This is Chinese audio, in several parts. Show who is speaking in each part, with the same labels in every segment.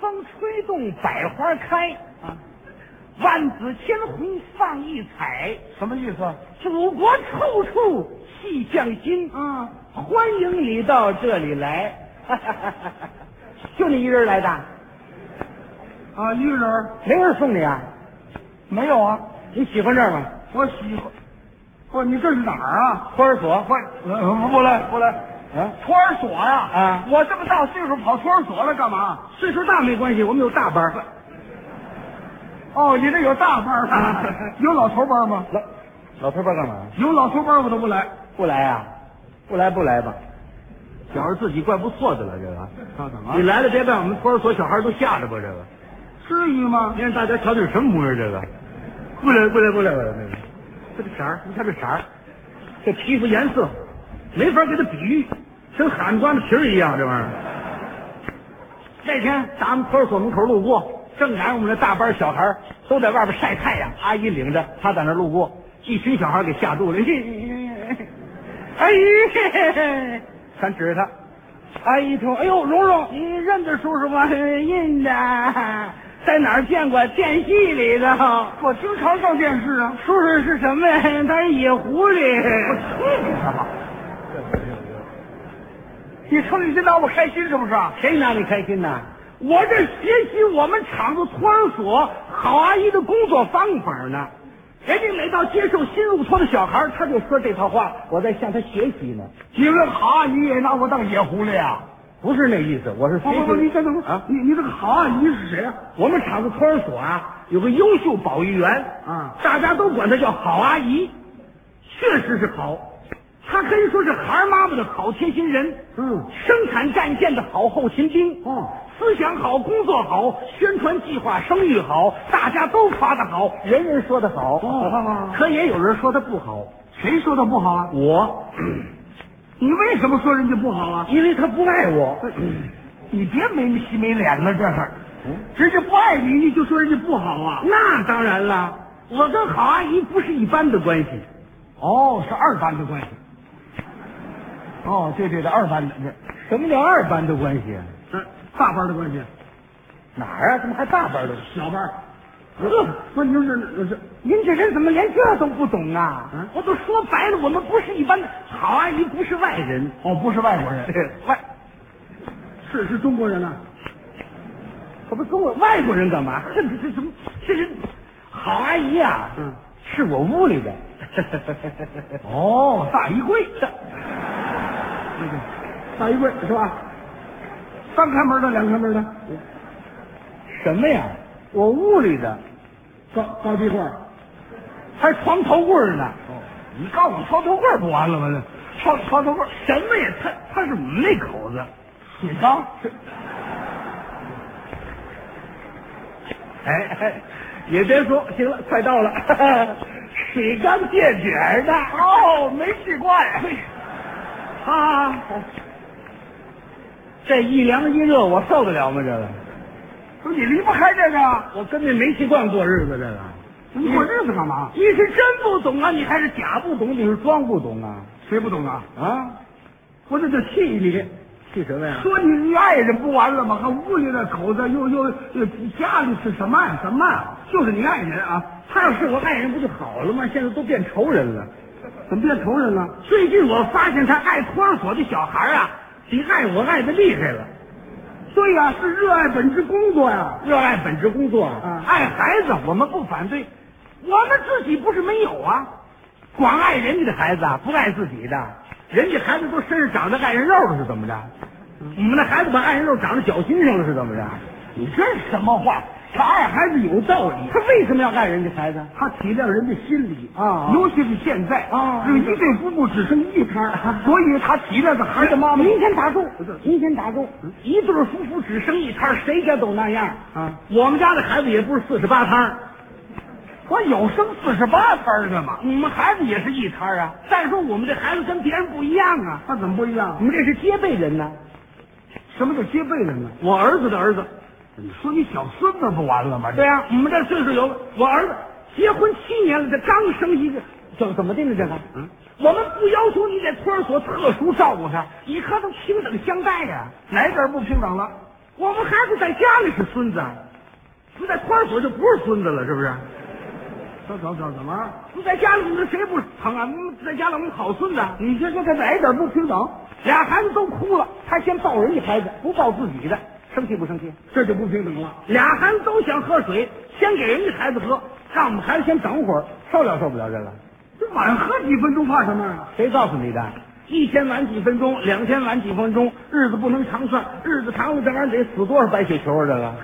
Speaker 1: 风吹动百花开，
Speaker 2: 啊，
Speaker 1: 万紫千红放异彩。
Speaker 2: 什么意思啊？
Speaker 1: 祖国处处气象新，
Speaker 2: 啊，
Speaker 1: 欢迎你到这里来。就你一人来的，
Speaker 2: 啊，一人儿
Speaker 1: 没人送你啊？
Speaker 2: 没有啊？
Speaker 1: 你喜欢这儿吗？
Speaker 2: 我喜欢。不，你这是哪儿啊？
Speaker 1: 托儿所，
Speaker 2: 不，呃不来，不来。
Speaker 1: 啊，
Speaker 2: 托儿所呀、
Speaker 1: 啊
Speaker 2: 我这么大岁数跑托儿所来干嘛？
Speaker 1: 岁数大没关系，我们有大班儿。
Speaker 2: 哦，你这有大班儿、
Speaker 1: 啊
Speaker 2: 有老头班儿吗？
Speaker 1: 老老头班干嘛？
Speaker 2: 有老头班儿我都不来。
Speaker 1: 不来啊？不来不来吧。小孩自己怪不错的了，这个。
Speaker 2: 啊，怎
Speaker 1: 你来了，别把我们托儿所小孩都吓着吧？这个，
Speaker 2: 至于吗
Speaker 1: 你？让大家瞧这是什么模样？这个，不来不来不来不来，这个色儿，你看这色儿，这皮肤颜色，没法给他比喻，跟喊瓜子皮儿一样，这玩意儿。那天打我们托儿所门口路过，正赶上我们这大班小孩儿都在外边晒太阳，阿姨领着他在那儿路过，一群小孩儿给吓住了，哎呀，咱指着他。阿姨说：“哎呦，蓉蓉，你认得叔叔吗？哎认得，在哪儿见过？电戏里头。
Speaker 2: 我经常上电视啊。
Speaker 1: 叔叔是什么呀？他是野狐
Speaker 2: 我
Speaker 1: 狸。
Speaker 2: 去你的吧！你说你这拿我开心是不是？
Speaker 1: 谁拿你开心呐？啊我这学习我们厂子托儿所好阿姨的工作方法呢。人家每到接受新入托的小孩儿，他就说这套话，我在向他学习呢。
Speaker 2: 你们好阿姨也拿我当野狐狸啊？
Speaker 1: 不是那意思，我是
Speaker 2: 不不不，你这等会
Speaker 1: 啊
Speaker 2: 你你这个好阿姨是谁啊？
Speaker 1: 我们厂子托儿所啊，有个优秀保育员
Speaker 2: 啊
Speaker 1: 大家都管她叫好阿姨，确实是好，她可以说是孩儿妈妈的好贴心人，
Speaker 2: 嗯，
Speaker 1: 生产战线的好后勤兵，
Speaker 2: 哦
Speaker 1: 思想好，工作好，宣传计划声誉好，大家都夸她好，人人说她好，
Speaker 2: 哦
Speaker 1: 可也有人说她不好，
Speaker 2: 谁说的不好啊？
Speaker 1: 我，
Speaker 2: 你为什么说人家不好啊？
Speaker 1: 因为她不爱我，
Speaker 2: 你别没皮没脸了，这是，人家不爱你，你就说人家不好啊？
Speaker 1: 嗯那当然了，我跟好阿姨不是一般的关系，
Speaker 2: 哦，是二班的关系。哦，对对对，二班的
Speaker 1: 什么叫二班的关系啊？
Speaker 2: 这是大班的关系，
Speaker 1: 哪儿啊？怎么还大班的？
Speaker 2: 小班儿。
Speaker 1: 呵，
Speaker 2: 不是，您是是
Speaker 1: 您这人怎么连这都不懂啊？
Speaker 2: 嗯
Speaker 1: 我都说白了，我们不是一般的好阿姨，不是外人。
Speaker 2: 哦，不是外 国人，
Speaker 1: 外，
Speaker 2: 是是中国人啊。
Speaker 1: 怎么跟我外国人干嘛？这这怎么？这是好阿姨啊，
Speaker 2: 嗯，
Speaker 1: 是我屋里 的。
Speaker 2: 哦，
Speaker 1: 大衣柜，
Speaker 2: 大衣柜是吧？三开门的，两开门的，
Speaker 1: 什么呀？我屋里的，
Speaker 2: 高高低柜儿。
Speaker 1: 还床头柜儿呢。
Speaker 2: 哦，你告诉我床头柜儿不完了吗？
Speaker 1: 床床头柜儿什么呀？他他是我们那口子，
Speaker 2: 水缸，
Speaker 1: 哎哎，也别说，行了，快到了， 水缸垫卷儿的。
Speaker 2: 哦，没去过呀。
Speaker 1: 啊，这一凉一热，我受得了吗？这个，
Speaker 2: 不是你离不开这个啊，
Speaker 1: 我跟那煤气罐过日子，这个。
Speaker 2: 你过日子干嘛？
Speaker 1: 你是真不懂啊，你还是假不懂？你是装不懂啊？
Speaker 2: 谁不懂啊？
Speaker 1: 啊，
Speaker 2: 我这就气你，
Speaker 1: 气什么呀？
Speaker 2: 说你你爱人不完了吗？还屋里的口子又又又家里是什么呀什么呀？就是你爱人啊，
Speaker 1: 他要是我爱人不就好了吗？现在都变仇人了。
Speaker 2: 怎么变仇人了？
Speaker 1: 最近我发现他爱托儿所的小孩啊，比爱我爱的厉害了。
Speaker 2: 对呀、是热爱本职工作呀、
Speaker 1: 热爱本职工作，
Speaker 2: 啊
Speaker 1: 爱孩子，我们不反对。我们自己不是没有啊，光爱人家的孩子，啊，不爱自己的。人家孩子都身上长着爱人肉了，是怎么着？我们那孩子把爱人肉长在脚心上了，是怎么着？
Speaker 2: 你这是什么话？他爱孩子有道理，
Speaker 1: 他为什么要爱人家孩子？
Speaker 2: 他体谅人的心理
Speaker 1: 啊
Speaker 2: 尤其是现在
Speaker 1: 啊
Speaker 2: 这一对夫妇只剩一胎， 所以他体谅着孩子妈妈。
Speaker 1: 您先打住
Speaker 2: 不是，嗯
Speaker 1: 您先打住。一对儿夫妇只生一摊儿，谁家都那样
Speaker 2: 啊。
Speaker 1: 我们家的孩子也不是四十八摊儿
Speaker 2: 我有生四十八胎的嘛，
Speaker 1: 我们孩子也是一摊儿啊。再说我们这孩子跟别人不一样啊，
Speaker 2: 那怎么不一
Speaker 1: 我
Speaker 2: 样？
Speaker 1: 们这是接辈人呢、
Speaker 2: 什么叫接辈人呢？
Speaker 1: 我儿子的儿子。
Speaker 2: 你说你小孙子不完了吗？
Speaker 1: 对呀、我们这岁数有我儿子结婚七年了，这刚生一个，怎怎么定的这个？
Speaker 2: 嗯，
Speaker 1: 我们不要求你在托儿所特殊照顾他，你和他平等相待呀、
Speaker 2: 哪点不平等了？
Speaker 1: 我们孩子在家里是孙子啊，死在宽水就不是孙子了，是不是？
Speaker 2: 怎怎怎怎么？
Speaker 1: 死在家里，你说谁不疼啊？你在家里我们好孙子啊，
Speaker 2: 你这这这哪一点不平等？
Speaker 1: 俩孩子都哭了，他先抱人家孩子，不抱自己的，生气不生气？
Speaker 2: 这就不平等了。
Speaker 1: 俩孩子都想喝水，先给人家孩子喝，让我们孩子先等会儿，受了受不了这个？
Speaker 2: 这晚喝几分钟怕什么啊？
Speaker 1: 谁告诉你的？一天晚几分钟，两天晚几分钟，日子不能长算，日子长了这玩意儿得死多少白血球啊！这个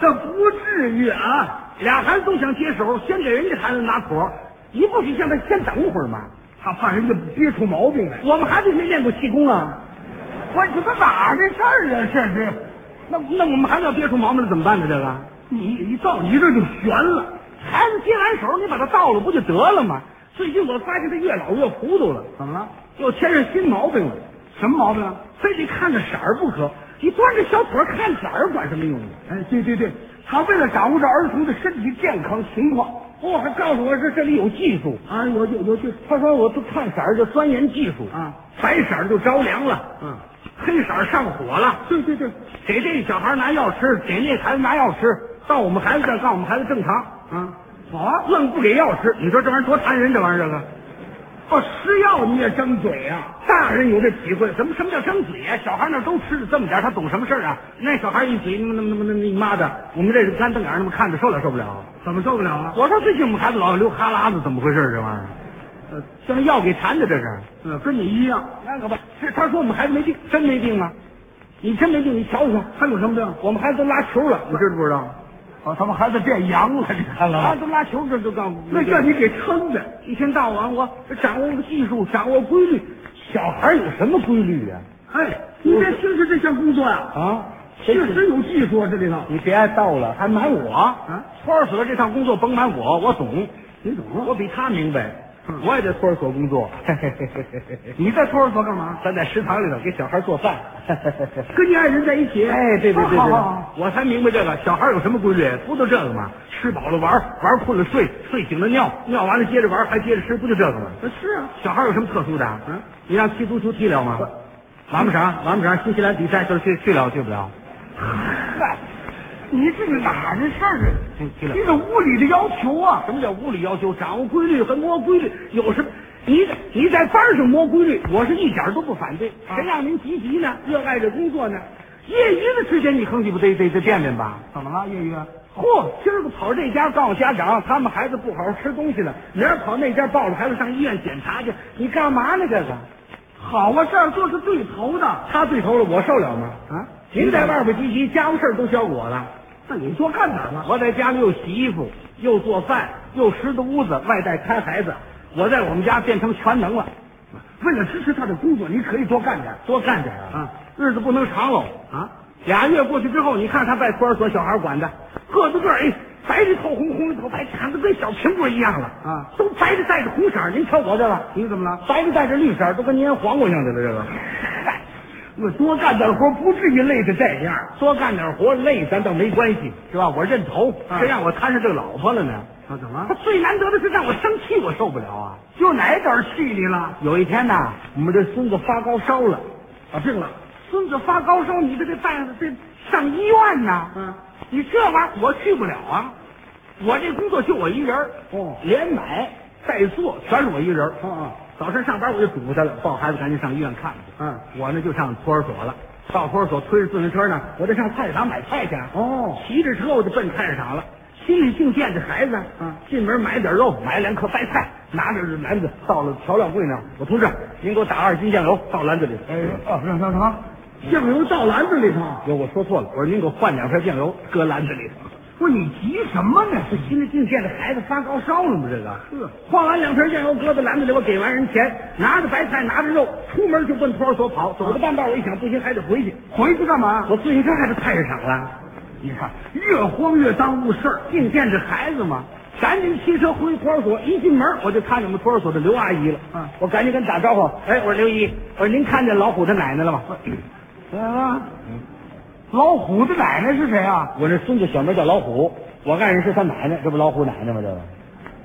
Speaker 2: 这不至于啊！
Speaker 1: 俩孩子都想接手，先给人家孩子拿妥，你不许让他先等会儿吗？
Speaker 2: 他怕人家憋出毛病来。
Speaker 1: 我们孩子没练过气功啊，
Speaker 2: 我这个哪的事儿啊？这是，
Speaker 1: 那那我们孩子要憋出毛病了怎么办呢？这个
Speaker 2: 你一到你这就悬了。
Speaker 1: 孩子接完手，你把他倒了不就得了吗？最近我发现他越老越糊涂了，
Speaker 2: 怎么了？
Speaker 1: 又添上新毛病了，
Speaker 2: 什么毛病啊？
Speaker 1: 非得看着色儿不可。你端着小腿儿看色儿管什么用啊？
Speaker 2: 哎，对对对，他为了掌握着儿童的身体健康情况，哦
Speaker 1: 我还告诉我说这里有技术，
Speaker 2: 啊，有有有去
Speaker 1: 他哎说我不看色儿就钻研技术
Speaker 2: 啊，
Speaker 1: 白色儿就着凉了，
Speaker 2: 嗯，
Speaker 1: 黑色儿上火了，
Speaker 2: 对对对，
Speaker 1: 给这小孩拿药吃，给那孩子拿药吃，到我们孩子这儿告诉我们孩子正常，
Speaker 2: 啊，
Speaker 1: 好啊，愣不给药吃，你说这玩意儿多残忍，这玩意儿这个。
Speaker 2: 哦，吃药你也张嘴啊？
Speaker 1: 大人有这体会，什么什么叫张嘴啊？小孩那都吃的这么点儿，他懂什么事儿啊？那小孩一嘴，那么那么那么你妈的，我们这个干瞪眼儿那么看着，受了受不了。
Speaker 2: 怎么受不了啊？
Speaker 1: 我说最近我们孩子老流哈喇子，怎么回事儿？这玩意儿，呃，这是药给馋的，这是。
Speaker 2: 嗯，跟你一样。
Speaker 1: 那可不是，他说我们孩子没病，真没病吗？你真没病，你瞧一瞧，
Speaker 2: 他有什么病？
Speaker 1: 我们孩子都拉球了，你知不知道？
Speaker 2: 哦，他们孩子变阳了，你看
Speaker 1: 孩
Speaker 2: 了
Speaker 1: 子
Speaker 2: 吗？
Speaker 1: 都拉球，这都告诉
Speaker 2: 那叫你给撑的。
Speaker 1: 一天到晚我掌握个技术，掌握规律，小孩有什么规律呀、
Speaker 2: 哎，你别轻视这项工作呀、
Speaker 1: 啊？啊，
Speaker 2: 确
Speaker 1: 谁知
Speaker 2: 实有技术啊，这里头。
Speaker 1: 你别爱逗了，还瞒我啊！托儿所这趟工作甭瞒我，我懂，
Speaker 2: 你懂啊嗯
Speaker 1: 我比他明白，我也在托儿所工作。
Speaker 2: 你在托儿所 干嘛？
Speaker 1: 咱在食堂里头给小孩做饭。
Speaker 2: 跟你爱人在一起。
Speaker 1: 哎，对对对对，
Speaker 2: 好好好
Speaker 1: 我才明白这个，小孩有什么规律？不都这个吗？吃饱了玩，玩困了睡，睡醒了尿，尿完了接着玩，还接着吃，不就这个吗？
Speaker 2: 是啊，
Speaker 1: 小孩有什么特殊的？啊
Speaker 2: 嗯，
Speaker 1: 你让踢足球踢了吗？玩不上，玩不上。新西兰比赛就是去去了去不了，
Speaker 2: 嗨，你这是哪的事儿啊？
Speaker 1: 去去了
Speaker 2: 这。是无理的要求啊！
Speaker 1: 哎什么叫无理要求？掌握规律和摸规律有什么？你你在班上摸规律，我是一点儿都不反对。
Speaker 2: 啊
Speaker 1: 谁让您积极呢？热爱着工作呢？业余的时间你横起不得得得变变吧？
Speaker 2: 怎么了，啊月月？
Speaker 1: 嚯，今儿个跑这家告诉家长，他们孩子不好好吃东西了；明儿跑那家抱着孩子上医院检查去，你干嘛呢？这个
Speaker 2: 好啊，这样做是对头的啊！
Speaker 1: 他对头了，我受了吗？您在外边积极，家务事儿都交我了，
Speaker 2: 那你做干哪了？
Speaker 1: 我在家里又洗衣服，又做饭，又拾掇屋子，外带看孩子，我在我们家变成全能了。
Speaker 2: 为了支持他的工作，你可以多干点
Speaker 1: 多干点儿
Speaker 2: 啊，
Speaker 1: 日子不能长喽。
Speaker 2: 啊！
Speaker 1: 俩月过去之后，你看他在托儿所小孩管的，个子个儿哎，白里透红，红里透白，长得跟小苹果一样了
Speaker 2: 啊，
Speaker 1: 都白的带着红色儿。您瞧我这个，
Speaker 2: 你怎么了？
Speaker 1: 白的带着绿色儿，都跟粘黄瓜似的了。这个，
Speaker 2: 哎我多干点活，不至于累得这样。
Speaker 1: 多干点活累咱倒没关系，是吧？我认头，
Speaker 2: 啊
Speaker 1: 谁让我摊上这个老婆了呢？
Speaker 2: 啊，怎
Speaker 1: 他？最难得的是让我生气，我受不了啊。
Speaker 2: 就哪点儿气你了？
Speaker 1: 有一天呐，我们这孙子发高烧了，
Speaker 2: 啊，病了。
Speaker 1: 孙子发高烧，你这得带着这上医院呐。
Speaker 2: 嗯，
Speaker 1: 你这玩意儿我去不了啊，我这工作就我一人儿
Speaker 2: 哦
Speaker 1: 连买带做全是我一人儿
Speaker 2: 啊啊，
Speaker 1: 早晨上班我就嘱咐他了，抱孩子赶紧上医院看去。
Speaker 2: 嗯，
Speaker 1: 我呢就上托儿所了，到托儿所推着自行车呢，我得上菜市场买菜去啊。
Speaker 2: 哦
Speaker 1: 骑着车我就奔菜市场了，心里净惦着孩子。
Speaker 2: 嗯
Speaker 1: 进门买点肉，买两颗白菜，拿着篮子到了调料柜那儿，我同志，您给我打二斤酱油到篮子里。
Speaker 2: 哎，啊，让让什么？酱油到篮子里头。
Speaker 1: 哟，我说错了，我说您给我换两片酱油搁篮子里头。
Speaker 2: 不是你急什么呢？
Speaker 1: 这心里净惦着孩子发高烧了吗？这个
Speaker 2: 是
Speaker 1: 换完两瓶酱油，搁在篮子里，我给完人钱，拿着白菜，拿着肉，出门就奔托儿所跑。走了半道，我一想不行，还得回去。
Speaker 2: 回去干嘛？
Speaker 1: 我自行车还是菜市场了，
Speaker 2: 你看，越慌越耽误事儿。
Speaker 1: 净惦着孩子嘛。赶紧骑车回托儿所，一进门我就看见我们托儿所的刘阿姨了。
Speaker 2: 嗯
Speaker 1: 我赶紧跟她打招呼。哎，我说刘姨，我说您看见老虎他奶奶了吗？
Speaker 2: 啊，老虎的奶奶是谁啊？
Speaker 1: 我这孙子小名叫老虎，我爱人是他奶奶，这不老虎奶奶吗？这个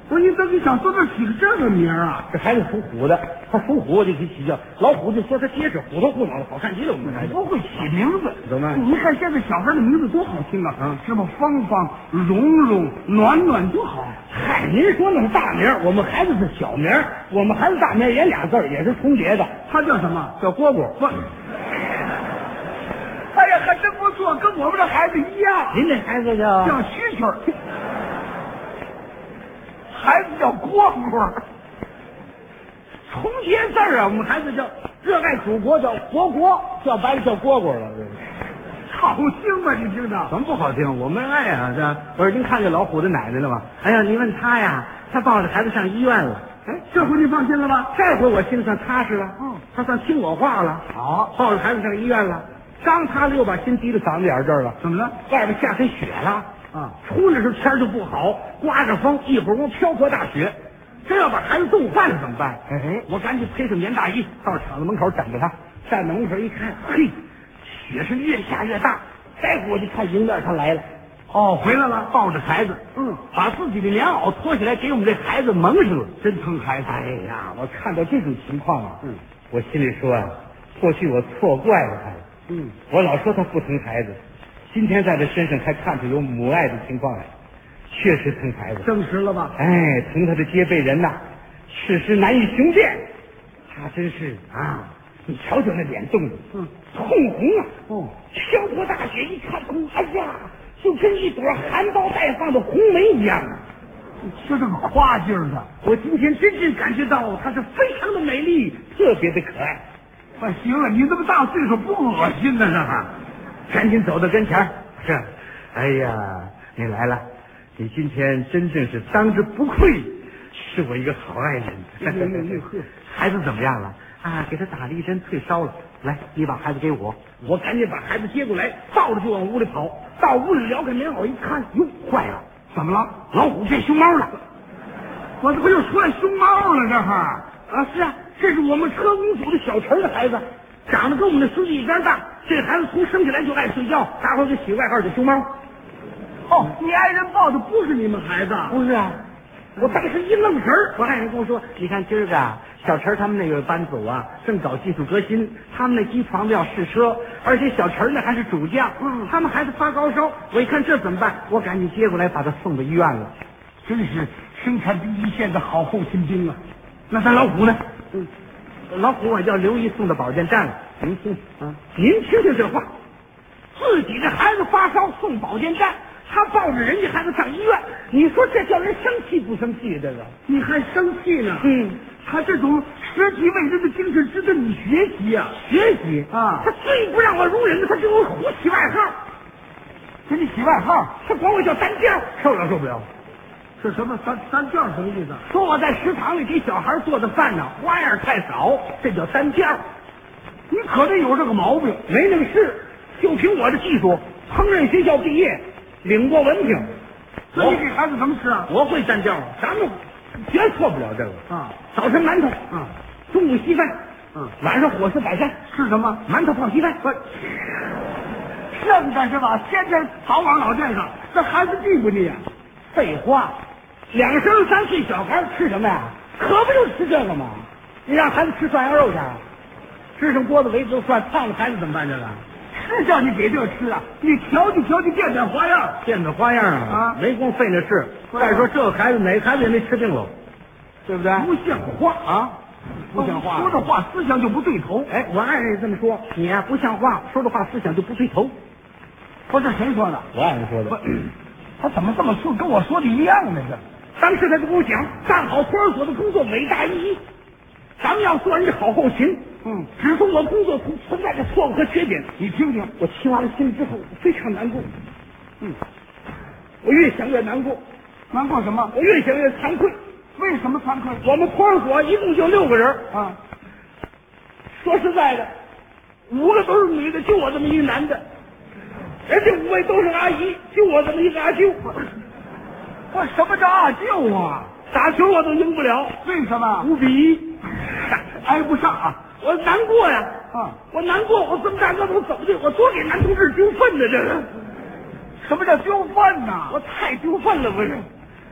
Speaker 2: 我你怎么想说这起个这个名儿啊？
Speaker 1: 这孩子属虎的，他属虎我就给起叫老虎，就说他结实，虎头虎脑的，好看极了。我们这孩子
Speaker 2: 不会起名字，
Speaker 1: 怎么
Speaker 2: 你看现在小孩的名字多好听啊，
Speaker 1: 嗯
Speaker 2: 什么芳芳、蓉蓉、暖暖多好。
Speaker 1: 嗨，您说那是大名儿，我们孩子是小名儿，我们孩子大名儿也俩字儿，也是重叠的，
Speaker 2: 他叫什么？
Speaker 1: 叫蝈蝈。
Speaker 2: 不，哎呀，还真不错，跟我们这孩子一样，
Speaker 1: 您这孩子叫
Speaker 2: 叫蛐蛐儿，孩子叫蝈蝈，
Speaker 1: 重叠字儿啊，我们孩子叫热爱祖国，叫国国，叫白了叫蝈蝈了。这个
Speaker 2: 好听吧？你听着，
Speaker 1: 什么不好听？我们爱啊！这我说您看见老虎的奶奶了吗？哎呀，您问他呀，他抱着孩子上医院了。
Speaker 2: 哎，这回你放心了吧？
Speaker 1: 这回我心里算踏实了，
Speaker 2: 嗯，
Speaker 1: 他算听我话了，
Speaker 2: 好，
Speaker 1: 抱着孩子上医院了，刚他又把心提到嗓子眼儿这儿了，
Speaker 2: 怎么了？
Speaker 1: 外边下起雪了，
Speaker 2: 啊，
Speaker 1: 出来时候天儿就不好，刮着风，一会儿光瓢泼大雪，真要把孩子冻坏了怎么办？
Speaker 2: 哎
Speaker 1: 我赶紧披上棉大衣，到厂子门口等着他。站在门口一看，嘿，雪是越下越大。再过去看迎面他来了，
Speaker 2: 哦，回来了，
Speaker 1: 抱着孩子，
Speaker 2: 嗯，
Speaker 1: 把自己的棉袄脱下来给我们这孩子蒙上了。
Speaker 2: 真疼孩子。
Speaker 1: 哎呀，我看到这种情况啊，
Speaker 2: 嗯，
Speaker 1: 我心里说啊，过去我错怪了他了，
Speaker 2: 嗯，
Speaker 1: 我老说他不疼孩子，今天在他身上还看出有母爱的情况来，啊确实疼孩子。
Speaker 2: 证实了吧？
Speaker 1: 哎，疼他的皆被人呐，世事难以雄辩。他真是啊，你瞧瞧那脸冻的，
Speaker 2: 嗯，
Speaker 1: 通红啊。
Speaker 2: 哦，
Speaker 1: 瓢泼大雪一看，哎呀，就跟一朵含苞待放的红梅一样啊。
Speaker 2: 就这个花劲儿的，
Speaker 1: 我今天真正感觉到她是非常的美丽，特别的可爱。
Speaker 2: 哎，行了，你这么大岁数不恶心呢？这还
Speaker 1: 赶紧走到跟前儿，是，哎呀，你来了，你今天真正是当之无愧，是我一个好爱
Speaker 2: 哎
Speaker 1: 人。孩子怎么样了？啊，给他打了一针退烧了。来，你把孩子给我，我赶紧把孩子接过来，抱着就往屋里跑。到屋里撩开棉袄一看，哟，坏了，
Speaker 2: 怎么了？
Speaker 1: 老虎变熊猫了。
Speaker 2: 我这不又出来熊猫了？这还
Speaker 1: 啊，是啊，这是我们车工组的小陈的孩子，长得跟我们的书记一边大。这孩子从生下来就爱睡觉，大伙儿给起外号叫熊猫。
Speaker 2: 哦，你爱人抱的不是你们孩子，
Speaker 1: 不是啊，我当时一愣神儿，我爱人跟我说：“你看今儿个啊小陈他们那个班组啊，正搞技术革新，他们那机床子要试车，而且小陈呢还是主将，
Speaker 2: 嗯
Speaker 1: 他们孩子发高烧，我一看这怎么办？我赶紧接过来把他送到医院了。
Speaker 2: 真是生产第一线的好后勤兵啊！
Speaker 1: 那咱老虎呢？嗯，老虎我叫刘姨送到保健站了。
Speaker 2: 嗯
Speaker 1: 您听啊，您听听这话，自己的孩子发烧送保健站，他抱着人家孩子上医院，你说这叫人生气不生气？这个，
Speaker 2: 你还生气呢？
Speaker 1: 嗯，
Speaker 2: 他这种实际为人的精神值得你学习呀、
Speaker 1: 学习
Speaker 2: 啊
Speaker 1: 他最不让我容忍的，他给我胡起外号，
Speaker 2: 给你起外号，
Speaker 1: 他管我叫单调，受不了受不了。
Speaker 2: 这什么三三教什么意思？
Speaker 1: 说我在食堂里给小孩做的饭呢花样太少，这叫单调，
Speaker 2: 你可得有这个毛病。
Speaker 1: 没那个事。就凭我的技术，烹饪学校毕业，领过文
Speaker 2: 哦
Speaker 1: 凭。
Speaker 2: 那你给孩子怎么吃啊？
Speaker 1: 我会蘸酱，咱们绝错不了这个。
Speaker 2: 啊，
Speaker 1: 早晨馒头，
Speaker 2: 嗯，
Speaker 1: 中午稀饭，
Speaker 2: 嗯，
Speaker 1: 晚上伙食摆善，
Speaker 2: 吃什么？
Speaker 1: 馒头泡稀饭。
Speaker 2: 那你干什么？天天早往脑袋上，这孩子腻不腻啊？
Speaker 1: 废话，两岁三岁小孩吃什么呀？可不就吃这个吗？你让孩子吃涮羊肉去啊，吃上锅子围子涮，胖了孩子怎么办？这个
Speaker 2: 是叫你给这吃啊？你调剂调剂，变点花样。
Speaker 1: 变个花样
Speaker 2: 啊
Speaker 1: 没工夫费那事。
Speaker 2: 不是
Speaker 1: 再说这个孩子哪个孩子也没吃病喽，啊对不对？
Speaker 2: 不像话
Speaker 1: 哎啊，不像话。啊
Speaker 2: 说这话思想就不对头。
Speaker 1: 哎，我爱人也这么说，你呀、不像话，说的话思想就不对头。
Speaker 2: 不是谁说的？
Speaker 1: 我爱人说
Speaker 2: 不，他怎么这么说？跟我说的一样呢？这。
Speaker 1: 当时他就跟我讲，干好托儿所的工作伟大意义，咱们要做人家好后勤，
Speaker 2: 嗯，
Speaker 1: 指出我工作存存在的错误和缺点。
Speaker 2: 你听听，
Speaker 1: 我听完了心里之后非常难过，嗯，我越想越难过，
Speaker 2: 难过什么？
Speaker 1: 我越想越惭愧。
Speaker 2: 为什么惭愧？
Speaker 1: 我们托儿所一共就六个人，
Speaker 2: 啊，
Speaker 1: 说实在的，五个都是女的，就我这么一男的，人家五位都是阿姨，就我这么一个阿舅，
Speaker 2: 我什么叫阿舅啊？
Speaker 1: 打球我都赢不了，
Speaker 2: 为什么？
Speaker 1: 五比一，
Speaker 2: 挨不上啊？
Speaker 1: 我难过呀。
Speaker 2: 啊，
Speaker 1: 我难过，我这么大个头怎么的？我多给男同志丢粪呢！这个，
Speaker 2: 什么叫丢饭呐、
Speaker 1: 我太丢粪了，不是？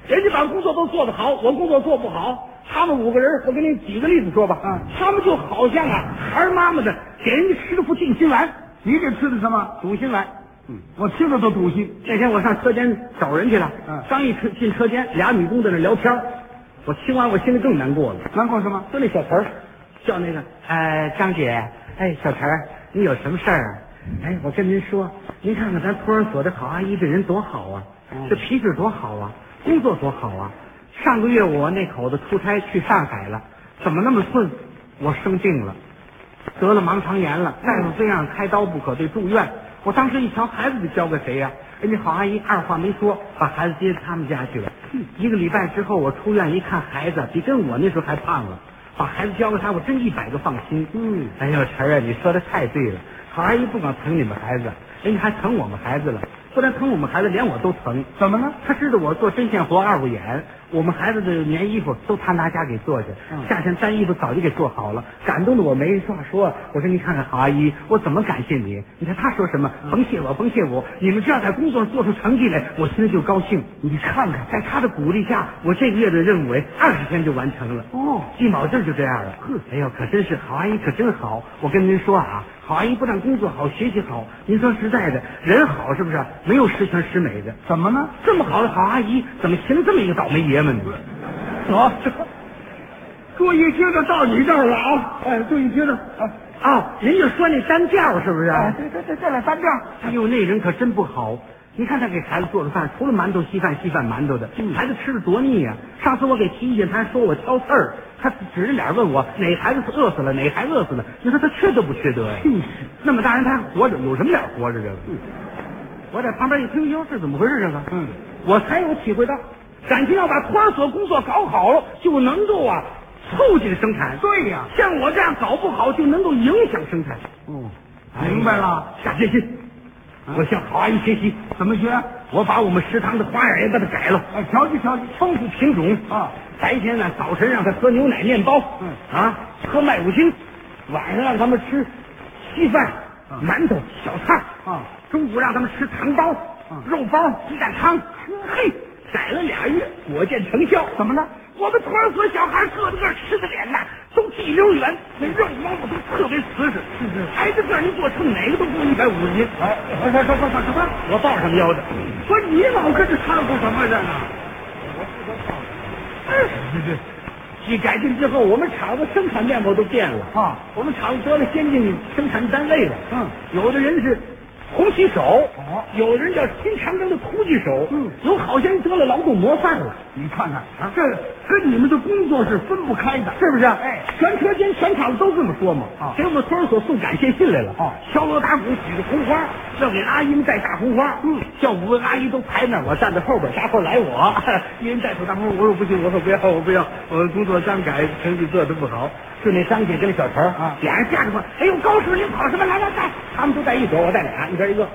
Speaker 1: 人家把工作都做得好，我工作做不好。他们五个人，我给你举个例子说吧。
Speaker 2: 嗯
Speaker 1: 他们就好像啊，孩儿妈妈的给人家吃了副定心丸，
Speaker 2: 你给吃的什么？嗯
Speaker 1: 堵心丸。
Speaker 2: 我听着都堵心。
Speaker 1: 那天我上车间找人去了，
Speaker 2: 嗯
Speaker 1: 刚一车进车间，俩女工在那聊天儿我听完我心里更难过了。
Speaker 2: 难过什么？
Speaker 1: 就那小词儿，叫那个呃张姐，哎小词儿，你有什么事儿啊？哎，我跟您说，您看看咱托儿所的好阿姨这人多好啊，
Speaker 2: 嗯
Speaker 1: 这脾气多好啊，工作多好啊。上个月我那口子出差去上海了，怎么那么顺？我生病了，得了盲肠炎了，大夫非让开刀不可，得住院。我当时一瞧，孩子得交给谁呀、人家好阿姨二话没说，把孩子接到他们家去了。一个礼拜之后，我出院一看，孩子比跟我那时候还胖了。把孩子交给他，我真一百个放心。
Speaker 2: 嗯，
Speaker 1: 哎呦，晨儿啊，你说的太对了。好阿姨不光疼你们孩子，人家还疼我们孩子了。不但疼我们孩子，连我都疼。
Speaker 2: 怎么呢？
Speaker 1: 他知道我做针线活二五眼，我们孩子的棉衣服都他拿家给做去，
Speaker 2: 嗯
Speaker 1: 夏天单衣服早就给做好了，感动的我没话说。我说您看看好阿姨，我怎么感谢你？你看他说什么？
Speaker 2: 嗯
Speaker 1: 甭谢我，甭谢我，你们只要在工作上做出成绩来，我心里就高兴。你看看，在他的鼓励下，我这个月的任务哎，二十天就完成了。
Speaker 2: 哦，
Speaker 1: 一卯劲儿就这样了。哎呦，可真是好阿姨，可真好。我跟您说啊，好阿姨不但工作好，学习好。您说实在的，人好是不是？没有十全十美的。
Speaker 2: 怎么呢？
Speaker 1: 这么好的好阿姨，怎么寻了这么一个倒霉爷们呢？
Speaker 2: 走，注意听着，到你这儿了啊！哎，注意听着啊！
Speaker 1: 哦，人家说那单调是不是？
Speaker 2: 哎，这这这这俩三遍，
Speaker 1: 哎呦，那人可真不好。你看他给孩子做的饭，除了馒头稀饭稀饭馒头的，
Speaker 2: 嗯
Speaker 1: 孩子吃的多腻呀、上次我给提意见，他还说我挑刺儿，他指着脸问我哪孩子是饿死了，哪孩子饿死了。你说他缺德不缺德呀、
Speaker 2: 嗯
Speaker 1: 那么大人他还活着，有什么脸活着这个？我在旁边一听，哟，这怎么回事？这个，
Speaker 2: 嗯，
Speaker 1: 我才有体会到，感情要把托儿所工作搞好了，就能够啊促进生产。
Speaker 2: 对呀
Speaker 1: 像我这样搞不好，就能够影响生产。
Speaker 2: 嗯，明白了，嗯
Speaker 1: 哎呀，下决心，我向好阿姨学习，
Speaker 2: 怎么学？啊
Speaker 1: 我把我们食堂的花样也把它改了，
Speaker 2: 哎，调剂调剂。
Speaker 1: 丰富品种
Speaker 2: 啊。
Speaker 1: 白天呢，早晨让他喝牛奶、面包，
Speaker 2: 嗯
Speaker 1: 啊，喝麦乳精；晚上让他们吃稀饭、
Speaker 2: 啊
Speaker 1: 馒头、小菜
Speaker 2: 啊。
Speaker 1: 中午让他们吃糖包、
Speaker 2: 嗯
Speaker 1: 肉包、鸡蛋汤。嘿，改了俩月，果见成效。
Speaker 2: 怎么了？
Speaker 1: 我们托儿所小孩个子个儿吃的脸呐，都地溜圆，那肉包子都特别瓷实。
Speaker 2: 是是
Speaker 1: 挨着个儿一坐秤，哪个都不一百五十斤。
Speaker 2: 哎，哎，什什什什什么？
Speaker 1: 我抱上腰的。
Speaker 2: 不是你老跟着掺和什么这呢？
Speaker 1: 一改进之后，我们厂子生产面貌都变了
Speaker 2: 啊！
Speaker 1: 我们厂子得了先进生产单位了。
Speaker 2: 嗯，
Speaker 1: 有的人是红旗手，
Speaker 2: 哦
Speaker 1: 有的人叫新长征的突击手，
Speaker 2: 嗯，
Speaker 1: 有好些人得了劳动模范了，
Speaker 2: 你看看，这跟你们的工作是分不开的。
Speaker 1: 是不是？
Speaker 2: 哎，
Speaker 1: 全车间全厂子都这么说嘛。
Speaker 2: 啊
Speaker 1: 给我们托儿所送感谢信来了。
Speaker 2: 哦
Speaker 1: 敲锣打鼓举着红花，要给阿姨们带大红花。嗯，叫五个阿姨都排那儿，我站在后边，啥时候来我， 一人带口大红花。我说不行，我说不要，我不要，我工作刚改，成绩做的不好。就那张姐跟那小陈儿
Speaker 2: 啊
Speaker 1: 俩人架着我，哎呦，高师您跑什么？来来来，他们都带一朵，我带俩，一边一个。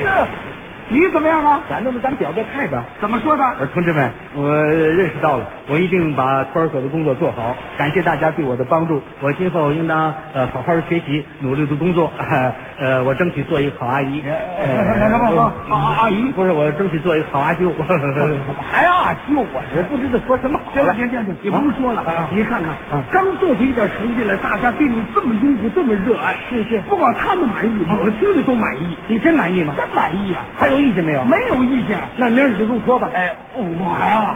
Speaker 2: 这你怎么样啊？
Speaker 1: 咱那么咱表个态吧。
Speaker 2: 怎么说的？
Speaker 1: 我说同志们，我认识到了，我一定把托儿所的工作做好。感谢大家对我的帮助，我今后应当呃好好的学习，努力的工作，呃，我争取做一个好阿姨。
Speaker 2: 什么什么好阿姨
Speaker 1: 不是，我争取做一个好阿舅。
Speaker 2: 还啊，就我
Speaker 1: 我不知道说什么好
Speaker 2: 行
Speaker 1: 嗯了
Speaker 2: 了，。行行行，你甭说了，
Speaker 1: 啊
Speaker 2: 你看看，
Speaker 1: 啊
Speaker 2: 刚做出一点成绩来，大家对你这么拥护，这么热爱，
Speaker 1: 是是啊
Speaker 2: 不光他们满意，我听着都满意，
Speaker 1: 你真满意吗？
Speaker 2: 真满意啊，
Speaker 1: 还有意见没有？
Speaker 2: 没有意见。
Speaker 1: 那明儿你就入托吧。
Speaker 2: 哎，我呀，